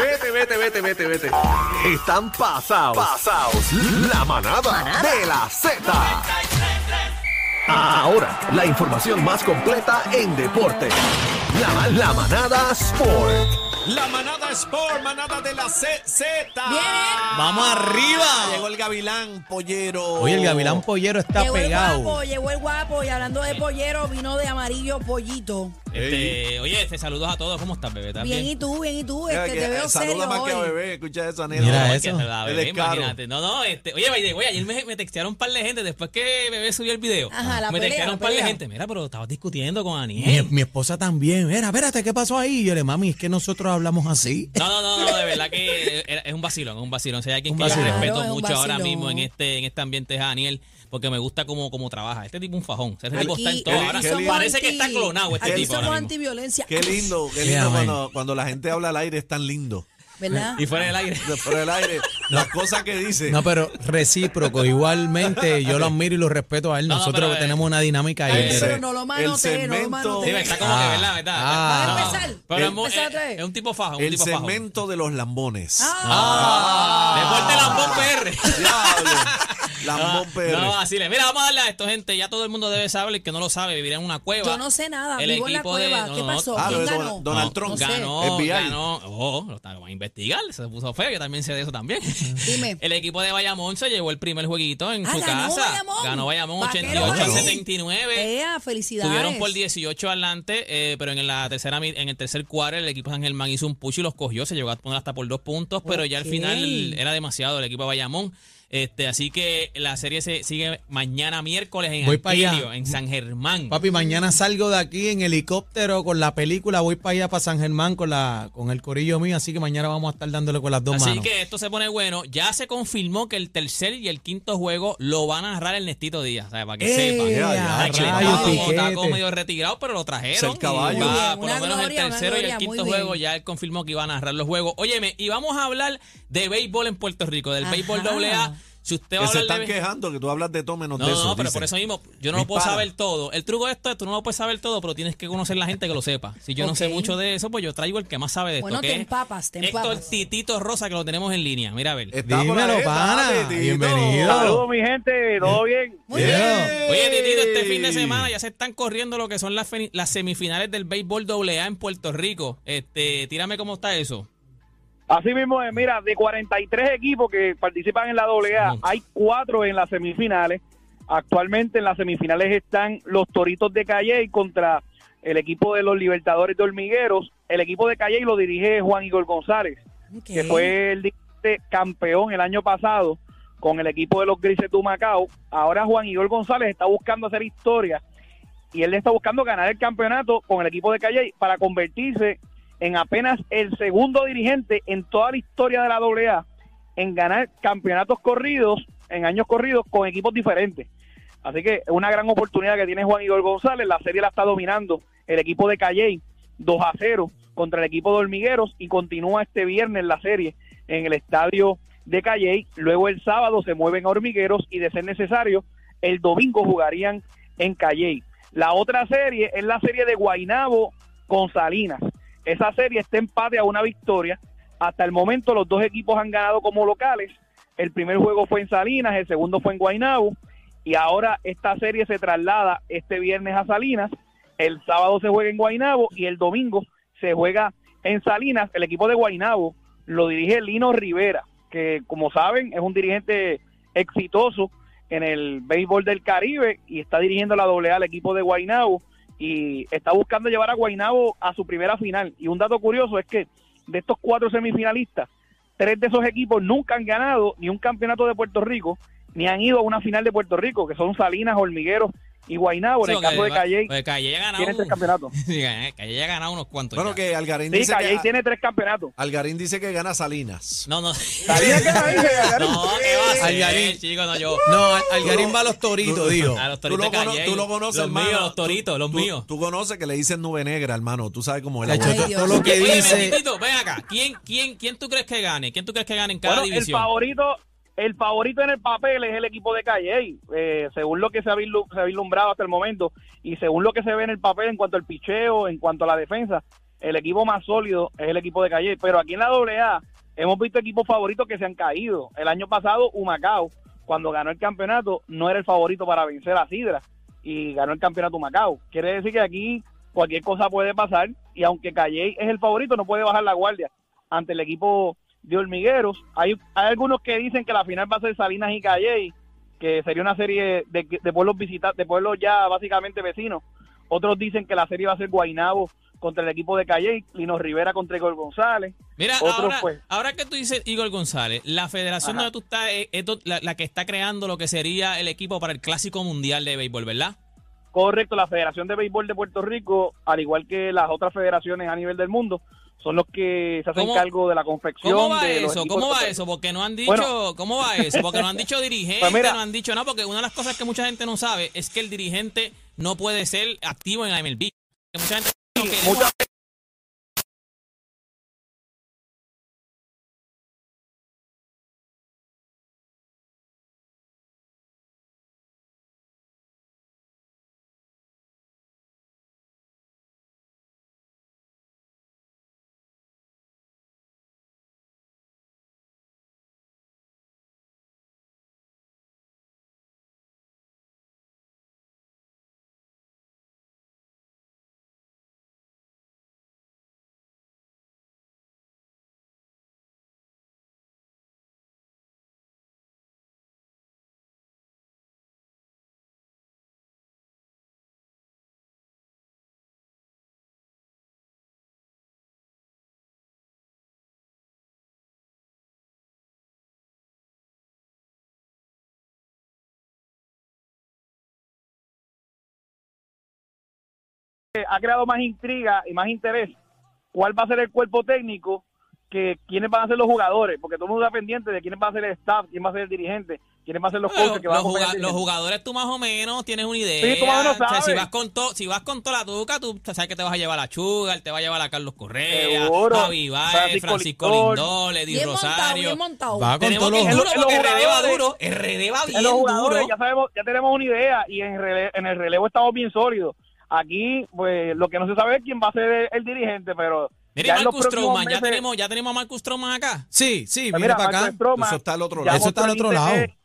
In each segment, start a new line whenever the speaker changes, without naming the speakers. vete, vete, vete, vete.
Están pasados. Pasados. La manada, de la Z. Ahora, la información más completa en deporte. La, la manada Sport.
La manada Sport, manada de la CZ.
Vamos arriba.
Llegó el gavilán pollero.
Oye, el gavilán pollero está
llegó el
pegado.
guapo, llegó el guapo y hablando de pollero, vino de amarillo pollito.
Este, oye, este, saludos a todos. ¿Cómo estás, bebé? ¿Estás
Bien, y tú, bien, y tú,
Mira
este,
que-
te veo
saluda
serio
más que a
hoy.
bebé, escucha esa nena.
Mira
Porque
eso.
hasta la
El
bebé,
descaro.
imagínate. No, no, este, oye, by the way, ayer me, me textearon un par de gente después que bebé subió el video.
Ajá, la
me
pelea,
textearon
la
un par de
pelea.
gente. Mira, pero estabas discutiendo con
Mi,
Aniel.
mi esposa también. Mira, espérate, ¿qué pasó ahí? Y yo le, mami, es que nosotros hablamos así.
No, no, no, no, de verdad que era- es un vacilón, es un vacilón. O sea, hay alguien
Un
que yo
vacilón.
respeto
Claro, es un
mucho ahora
vacilón.
mismo en este, en este ambiente es a Daniel, porque me gusta cómo, cómo trabaja. Este tipo es un fajón. O sea, este
Aquí-
tipo está en todo.
aquí
Ahora
somos
parece que
anti-
está clonado este
aquí
tipo
somos
ahora mismo.
antiviolencia.
Qué lindo, qué
Sí,
lindo
amén.
cuando, cuando la gente habla al aire es tan lindo.
¿Verdad?
Y fuera del aire.
Ah.
Pero el aire, las cosas que dice.
No, pero recíproco. Igualmente, yo lo admiro y lo respeto a él.
No, no,
Nosotros
pero, eh,
tenemos una dinámica ahí.
eh,
pero-
pero no lo manotee, no lo manotee.
Sí, está como
Ah,
que, ¿verdad? ¿verdad?
ah.
No,
¿Vas a empezar?
Pero es,
¿Vas
mu-
a empezar
es-
otra vez?
es un tipo fajo, un
el
tipo fajo.
segmento de los
Ah.
lambones.
Deporte Lambón PR.
Diablo. Lambón PR.
No, así le. Mira, vamos a darle a esto, gente. Ya todo el mundo debe saber. El que no lo sabe, vivirá en una cueva.
Yo no sé nada,
eh. El
vivo en la
equipo de-
cueva.
no,
¿Qué
no,
pasó?
Ah, lo
¿Quién
de
ganó?
Donald
No,
Trump.
no sé.
ganó,
FBI.
ganó. Oh, lo está- lo van a investigar. Se puso feo. Yo también sé de eso también.
Dime.
El equipo de Bayamón se llevó el primer jueguito en
Ah,
su
ganó
casa.
Bayamón.
Ganó Bayamón
Vaquero,
88 al
ganó.
79.
Ea, felicidades.
Tuvieron por 18 adelante, eh, pero en la tercera mi- en el tercer cuarto el equipo de Ángel Man hizo un push y los cogió, se llegó a poner hasta por dos puntos, pero ya al
Ok.
final era demasiado el equipo de Bayamón. Este, así que la serie se sigue mañana miércoles en
Voy pa' allá.
Anquilio, en San Germán.
Papi, mañana salgo de aquí en helicóptero con la película. Voy para allá, para San Germán, con, la, con el corillo mío. Así que mañana vamos a estar dándole con las dos
Así
manos.
que esto se pone bueno. Ya se confirmó que el tercer y el quinto juego lo van a narrar el Nestito Díaz, ¿sabes? Para que
¡Eh,
sepa.
ya, rayos,
Nacho, estaba como- estaba
piquete!
como medio retirado, pero lo trajeron.
Es el
y
caballo.
Muy
va,
bien,
por lo
una
menos
gloria,
el
una
tercero y el
gloria,
quinto
muy
juego
bien.
ya él confirmó que iba a narrar los juegos. Óyeme, y vamos a hablar de béisbol en Puerto Rico, del
Ajá.
béisbol AA. Si usted va
Que
a
se
hablar
están
de béisbol-
quejando que tú hablas de todo menos
no,
de
no,
eso.
pero
dicen.
por eso mismo, yo no
Me
lo puedo
para.
saber todo. El truco de esto es, tú no lo puedes saber todo, pero tienes que conocer la gente que lo sepa. Si yo no sé
Ok.
mucho de eso, pues yo traigo el que más sabe de esto.
Bueno,
que
te
es
empapas, te
Héctor
empapas.
Titito Rosa, que lo tenemos en línea. Mira, a ver.
Está por
Dímelo,
ahí,
pana.
dale, Tito.
Bienvenido.
Saludos, mi gente, ¿todo bien?
Muy
Yeah.
bien.
Oye, Titito, este fin de semana ya se están corriendo lo que son las, feni- las semifinales del béisbol AA en Puerto Rico. Este, tírame cómo está eso.
Así mismo es, mira, de 43 equipos que participan en la AA, hay cuatro en las semifinales. Actualmente en las semifinales están los Toritos de Calle contra el equipo de los Libertadores de Hormigueros. El equipo de Calle lo dirige Juan Igor González,
Ok.
que fue el dirigente campeón el año pasado con el equipo de los Grises de Macao. Ahora Juan Igor González está buscando hacer historia y él está buscando ganar el campeonato con el equipo de Calle para convertirse en apenas el segundo dirigente en toda la historia de la AA en ganar campeonatos corridos, en años corridos, con equipos diferentes. Así que es una gran oportunidad que tiene Juan Igor González. La serie la está dominando el equipo de Calley 2 a 0 contra el equipo de Hormigueros y continúa este viernes la serie en el estadio de Calley. Luego el sábado se mueven a Hormigueros y de ser necesario, el domingo jugarían en Calley. La otra serie es la serie de Guainabo con Salinas. Esa serie está empate a una victoria. Hasta el momento los dos equipos han ganado como locales. El primer juego fue en Salinas, el segundo fue en Guainabo. Y ahora esta serie se traslada este viernes a Salinas. El sábado se juega en Guainabo y el domingo se juega en Salinas. El equipo de Guainabo lo dirige Lino Rivera, que como saben es un dirigente exitoso en el béisbol del Caribe y está dirigiendo la AA al equipo de Guainabo y está buscando llevar a Guainabo a su primera final. Y un dato curioso es que de estos cuatro semifinalistas, tres de esos equipos nunca han ganado ni un campeonato de Puerto Rico, ni han ido a una final de Puerto Rico, que son Salinas, Hormigueros y Guainabo. En el
Porque-
caso de Calle,
porque Pues Calle ya ha ganado
tiene tres
un-
campeonatos.
Sí, Calle ya ha ganado unos cuantos.
Bueno,
ya.
que Algarín
Sí,
dice
Calle
que,
tiene tres campeonatos.
Algarín dice que gana Salinas.
No, no.
¿Sabía que la dije, Algarín?
No, ¿qué va a
Algarín.
hacer, chico? No, yo.
No, Al- Algarín va a los toritos, dijo.
A los
Tú
toritos
lo, cono-
Calle.
tú lo conoces,
Los
hermano.
míos, los toritos, los
Tú-
míos.
Tú conoces que le dicen nube negra, hermano. Tú sabes cómo es la
Chacho,
vuelta.
Ay,
todo-
Dios.
todo lo que
Oye,
dice.
Titito, ven acá. ¿Quién, quién, ¿Quién tú crees que gane? ¿Quién tú crees que gane en cada
Bueno, el
división?
favorito, el favorito en el papel es el equipo de Calle, eh, según lo que se ha, vislu- se ha vislumbrado hasta el momento y según lo que se ve en el papel en cuanto al picheo, en cuanto a la defensa, el equipo más sólido es el equipo de Calle. Pero aquí en la AA Hemos visto equipos favoritos que se han caído. El año pasado, Humacao, cuando ganó el campeonato, no era el favorito para vencer a Sidra y ganó el campeonato Humacao. Quiere decir que aquí cualquier cosa puede pasar y aunque Calley es el favorito, no puede bajar la guardia ante el equipo de hormigueros. Hay, hay algunos que dicen que la final va a ser Salinas y Calley, que sería una serie de, de pueblos visita- de pueblos ya básicamente vecinos. Otros dicen que la serie va a ser Guainabo contra el equipo de Calley, Lino Rivera contra Igor González.
Mira,
Otro,
ahora,
pues.
ahora que tú dices Igor González, la federación
Ajá.
donde tú estás es, es do- la, la que está creando lo que sería el equipo para el Clásico Mundial de Béisbol, ¿verdad?
Correcto, la Federación de Béisbol de Puerto Rico, al igual que las otras federaciones a nivel del mundo, son los que se hacen
¿Cómo-
cargo de la confección.
¿Cómo va
de los
eso?
equipos
¿Cómo va
de-
eso? Porque no han dicho,
Bueno.
¿cómo va eso? Porque no han dicho dirigente,
Pues mira.
no han dicho nada, porque una de las cosas que mucha gente no sabe es que el dirigente no puede ser activo en la MLB. Que mucha gente no queremos-
mucha- ha creado más intriga y más interés cuál va a ser el cuerpo técnico que quiénes van a ser los jugadores, porque todo el mundo está pendiente de quiénes va a ser el staff, quién va a ser el dirigente, quiénes van a ser los
Bueno,
coaches que van
los,
a acompañar
juga-
al
los
dirigente.
jugadores tú más o menos tienes una idea.
Sí, tú más o menos
O sea, si
sabes.
vas con todo, si vas con toda la tuca, tú sabes que te vas a llevar a Chugar, te va a llevar a Carlos Correa,
Seguro.
Javi Baez,
Francisco
Francisco
Lindor.
Lindol, Eddie
Bien montado,
Rosario.
bien montado.
Va con
Tenemos
todos
que ir
los.
En
duro
los- en
porque
los
RD va
jugadores-
duro. RD va bien
En Eh, los jugadores
duro.
ya sabemos, ya tenemos una idea y en, rele- en el relevo estamos bien sólidos. Aquí, pues, lo que no se sabe es quién va a ser el, el dirigente, pero
Mira,
ya
y
en los
Marcus
próximos
Stroman, ya
meses-
tenemos, ya tenemos a Marcus Stroman acá.
Sí, sí,
Pues
viene
mira,
para
Marco
acá.
Stroman
Eso está al otro
ya
lado.
Eso está al
mostró
otro
interés,
lado.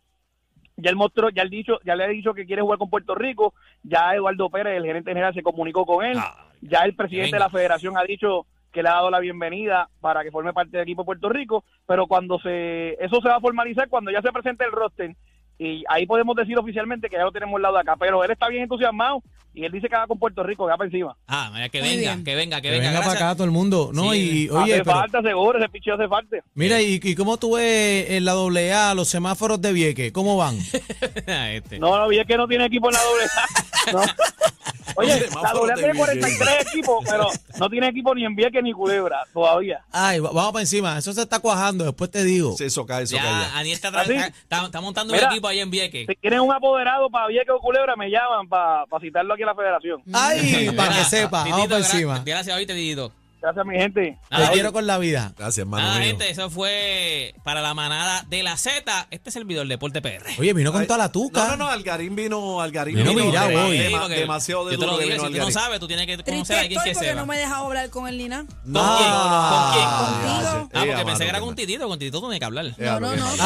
Ya él mostró, ya él dicho, ya le ha dicho que quiere jugar con Puerto Rico. Ya Eduardo Pérez, el gerente general, se comunicó con él.
Ah,
ya el presidente
venga.
de la federación ha dicho que le ha dado la bienvenida para que forme parte del equipo de Puerto Rico, pero cuando se eso se va a formalizar cuando ya se presente el roster y ahí podemos decir oficialmente que ya lo tenemos al lado de acá, pero él está bien entusiasmado y él dice que va con Puerto Rico, que va para encima.
Ah, mira, que
Muy
venga,
bien.
que venga, que
Que
venga.
venga para
Gracias.
acá todo el mundo. No,
Sí.
y oye,
hace
pero,
falta seguro, ese picheo hace falta.
mira, y, y cómo tú ves en la AA los semáforos de Vieque? ¿Cómo van?
Este.
No, no, y es que no tiene equipo en la doble A. No. Oye,
Los
la doble
semáforos
A tiene
de
43 equipos, pero no tiene equipo ni en Vieques ni Culebra todavía.
Ay, va- vamos para encima. Eso se está cuajando. Después te digo.
sí, eso cae, eso cae.
Ya,
ya.
Aniel está,
Así.
está- está- está montando
Mira,
un equipo ahí en Vieques.
Si tienen un apoderado para Vieques o Culebra, me llaman para citarlo aquí en la federación.
Ay, para que
Mira,
sepa.
Titito,
Vamos para
gra-
encima. Te
Gracias, oíste, Titito.
Gracias, mi gente.
Nada,
quiero con la vida.
Gracias, hermano.
Nada,
mío.
Ah, gente, eso fue para la manada de la Z. Este servidor Deporte PR.
Oye, vino con toda la
No,
tuca.
no, no, Algarín vino, Algarín
Vino mirado
dema-
hoy.
dema-
porque
demasiado de
yo te lo
duro que
digo,
vino
si tú no
Algarín.
sabes, tú tienes que conocer a
Triste
alguien
estoy
que
porque
se
no
va.
me dejas hablar con el ni nada.
¿Con quién?
Ah,
¿Con
ya,
quién? Contigo.
ya,
Ah,
ya,
porque pensé
mano,
que era con
mano.
Titito, con Titito tú tienes que hablar.
Ya,
No, no,
porque
no.
no.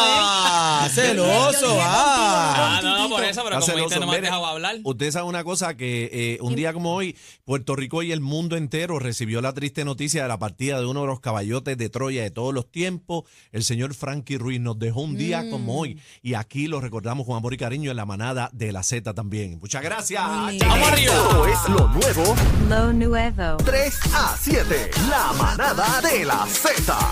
Ah,
Yo dije- yo dije
celoso. Ah.
Ah, no, no, por eso,
Está
pero como
celoso.
viste, no me has
Mire,
dejado hablar.
Ustedes saben una cosa, que eh, un día como hoy, Puerto Rico y el mundo entero recibió la triste noticia de la partida de uno de los caballotes de Troya de todos los tiempos. El señor Frankie Ruiz nos dejó un día como hoy. Y aquí lo recordamos con amor y cariño en la manada de la Z también. Muchas gracias.
Muy
Chao.
Vamos arriba.
Esto es lo nuevo
Lo nuevo.
3 a 7. La manada de la Z.